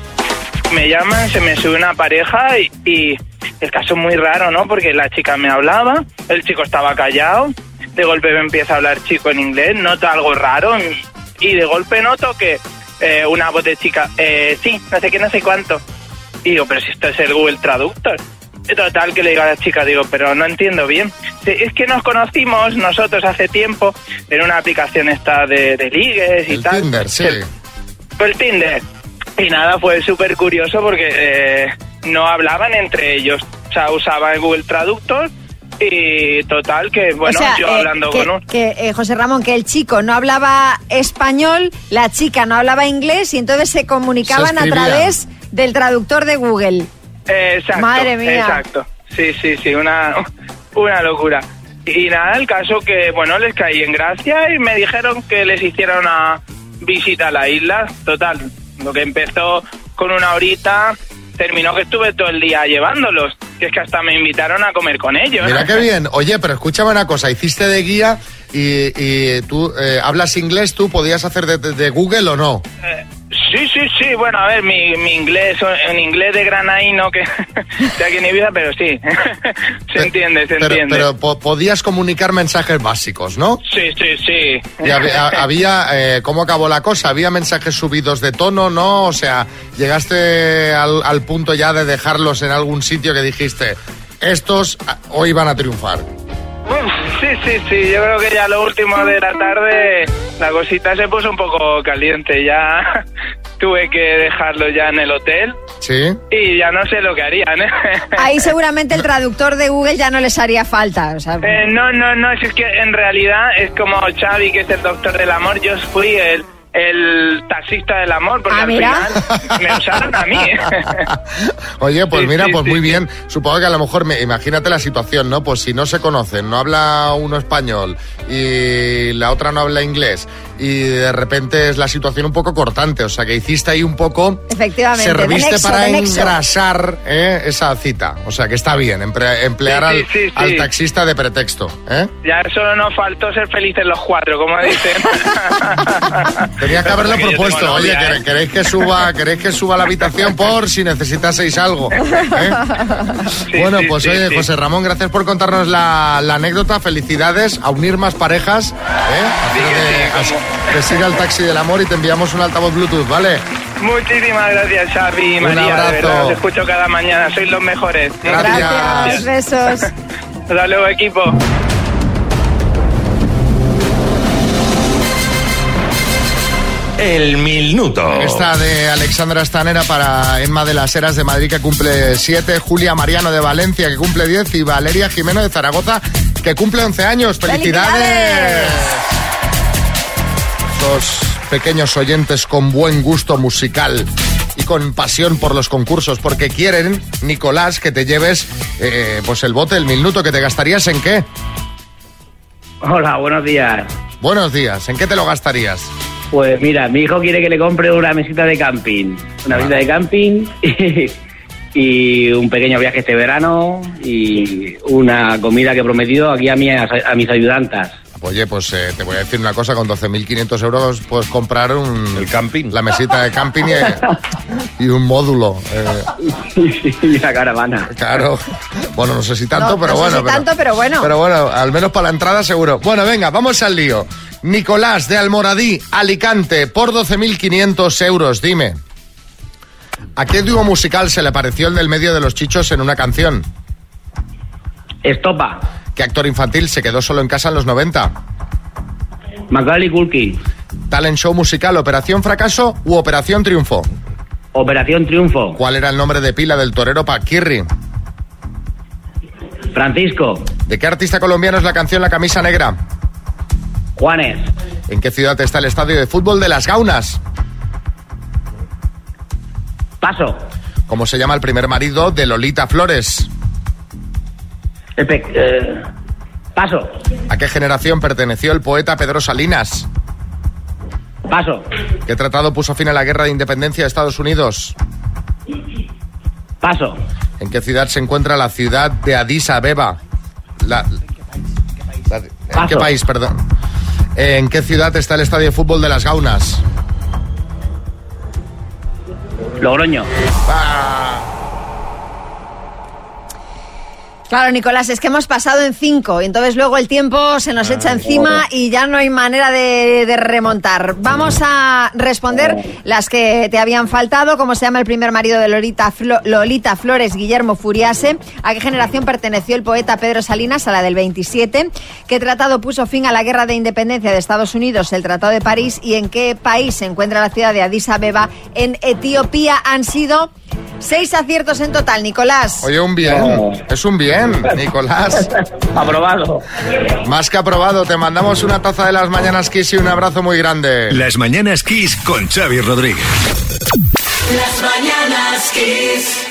Me llaman, se me sube una pareja y, y el caso es muy raro, ¿no? Porque la chica me hablaba, el chico estaba callado, de golpe me empieza a hablar chico en inglés, noto algo raro y de golpe noto que eh, una voz de chica, eh, sí, no sé qué, no sé cuánto. Y digo, pero si esto es el Google Traductor. Y Total, que le digo a la chica, digo, pero no entiendo bien. Dice, Es que nos conocimos nosotros hace tiempo en una aplicación esta de, de ligues y tal.
Tinder, sí.
El Tinder. Y nada, fue súper curioso porque eh, no hablaban entre ellos. O sea, usaba el Google Traductor y total, que bueno,
o sea,
yo
eh,
hablando
que,
con un...
que, eh, José Ramón, que el chico no hablaba español, la chica no hablaba inglés y entonces se comunicaban
Se
a
escribían.
través del traductor de Google.
Eh, Exacto,
Madre mía.
Exacto. Sí, sí, sí, una, una locura. Y nada, el caso que, bueno, les caí en gracia y me dijeron que les hiciera una visita a la isla. Total, lo que empezó con una horita, terminó que estuve todo el día llevándolos. Que es que hasta me invitaron a comer con ellos.
Mira qué bien. Oye, pero escúchame una cosa. Hiciste de guía y, y tú eh, hablas inglés, ¿tú podías hacer de, de- de Google o no?
Sí, sí, sí. Bueno, a ver, mi, mi inglés, en inglés de granaíno que de aquí en Ibiza, pero sí. se entiende, se
Pero,
entiende.
pero po- podías comunicar mensajes básicos, ¿no?
Sí, sí, sí.
Y había, a- había, eh, ¿cómo acabó la cosa? ¿Había mensajes subidos de tono, no? O sea, ¿llegaste al, al punto ya de dejarlos en algún sitio que dijiste, estos ah, hoy van a triunfar?
Uf, sí, sí, sí, yo creo que ya lo último de la tarde la cosita se puso un poco caliente, ya tuve que dejarlo ya en el hotel
¿Sí?
y ya no sé lo que harían. ¿eh?
Ahí seguramente el traductor de Google ya no les haría falta. o sea,
Eh, no, no, no, si es que en realidad es como Xavi, que es el doctor del amor, yo fui el, el taxista del amor, porque
Ah,
al
mira.
final me usaron a mí.
Oye, pues
Sí,
mira,
sí,
pues
sí,
muy
sí.
bien. Supongo que a lo mejor, me, imagínate la situación, ¿no? Pues si no se conocen, no habla uno español y la otra no habla inglés y de repente es la situación un poco cortante. O sea, que hiciste ahí un poco...
Efectivamente.
Se
de
reviste
nexo,
para
de nexo.
engrasar eh, esa cita. O sea, que está bien emple- emplear
Sí,
al,
sí, Pues sí, sí.
al taxista de pretexto. ¿eh?
Ya solo nos faltó ser felices los cuatro, como dicen.
Tenía que haberlo
Porque yo tengo
propuesto. Oye,
novia,
¿quere-
¿eh?
¿queréis, que suba, ¿queréis que suba a la habitación por si necesitaseis algo? ¿eh? bueno, pues oye, José Ramón, gracias por contarnos la, la anécdota. Felicidades a unir más parejas. ¿eh? Hacer que, as- que siga el taxi del amor y te enviamos un altavoz Bluetooth, ¿vale?
Muchísimas gracias, Xavi y
Un
María.
abrazo.
De verdad, os escucho cada mañana. Sois los mejores.
Gracias, besos.
Hasta luego, equipo.
El minuto.
Esta de Alexandra Stanera para Emma de las Heras de Madrid, que cumple 7, Julia Mariano de Valencia, que cumple 10, y Valeria Jimeno de Zaragoza, que cumple 11 años. ¡Felicidades! Los pequeños oyentes con buen gusto musical y con pasión por los concursos, porque quieren, Nicolás, que te lleves eh, pues el bote, el minuto, que te gastarías en qué.
Hola, buenos días.
Buenos días, ¿en qué te lo gastarías?
Pues mira, mi hijo quiere que le compre una mesita de camping. Una mesita de camping y un pequeño viaje este verano y una comida que he prometido aquí a, mi- a mis ayudantas.
Oye, pues eh, te voy a decir una cosa, con 12.500 euros puedes comprar un... El camping. La mesita de camping y, eh, y un módulo. eh.
y la caravana.
Claro. Bueno, no sé si tanto,
No,
pero
no sé
bueno.
si tanto, pero bueno.
Pero bueno, al menos para la entrada seguro. Bueno, venga, vamos al lío. Nicolás de Almoradí, Alicante, por 12.500 euros, dime. ¿A qué dúo musical se le pareció el del medio de los chichos en una canción?
Estopa.
¿Qué actor infantil se quedó solo en casa en los 90?
Macaulay Culkin.
Talent show musical, Operación Fracaso u Operación Triunfo.
Operación Triunfo.
¿Cuál era el nombre de pila del torero Paquirri?
Francisco.
¿De qué artista colombiano es la canción La camisa negra?
Juanes.
¿En qué ciudad está el estadio de fútbol de Las Gaunas?
Paso.
¿Cómo se llama el primer marido de Lolita Flores?
eh, paso.
¿A qué generación perteneció el poeta Pedro Salinas?
Paso.
¿Qué tratado puso fin a la guerra de independencia de Estados Unidos?
Paso.
¿En qué ciudad se encuentra la ciudad de Addis Abeba? La- la- ¿En qué
Paso.
país, perdón? ¿En qué ciudad está el estadio de fútbol de Las Gaunas?
Logroño.
Claro, Nicolás, es que hemos pasado en cinco, y entonces luego el tiempo se nos echa encima y ya no hay manera de, de remontar. Vamos a responder las que te habían faltado. ¿Cómo se llama el primer marido de Lolita, Flo- Lolita Flores, Guillermo Furiase? ¿A qué generación perteneció el poeta Pedro Salinas, a la del 27? ¿Qué tratado puso fin a la guerra de independencia de Estados Unidos, el Tratado de París? ¿Y en qué país se encuentra la ciudad de Addis Abeba, en Etiopía? Han sido seis aciertos en total, Nicolás.
Oye, un bien. Es un bien, Nicolás.
Aprobado.
Más que aprobado, te mandamos una taza de las mañanas Kiss y un abrazo muy grande.
Las mañanas Kiss con Xavi Rodríguez.
Las mañanas Kiss.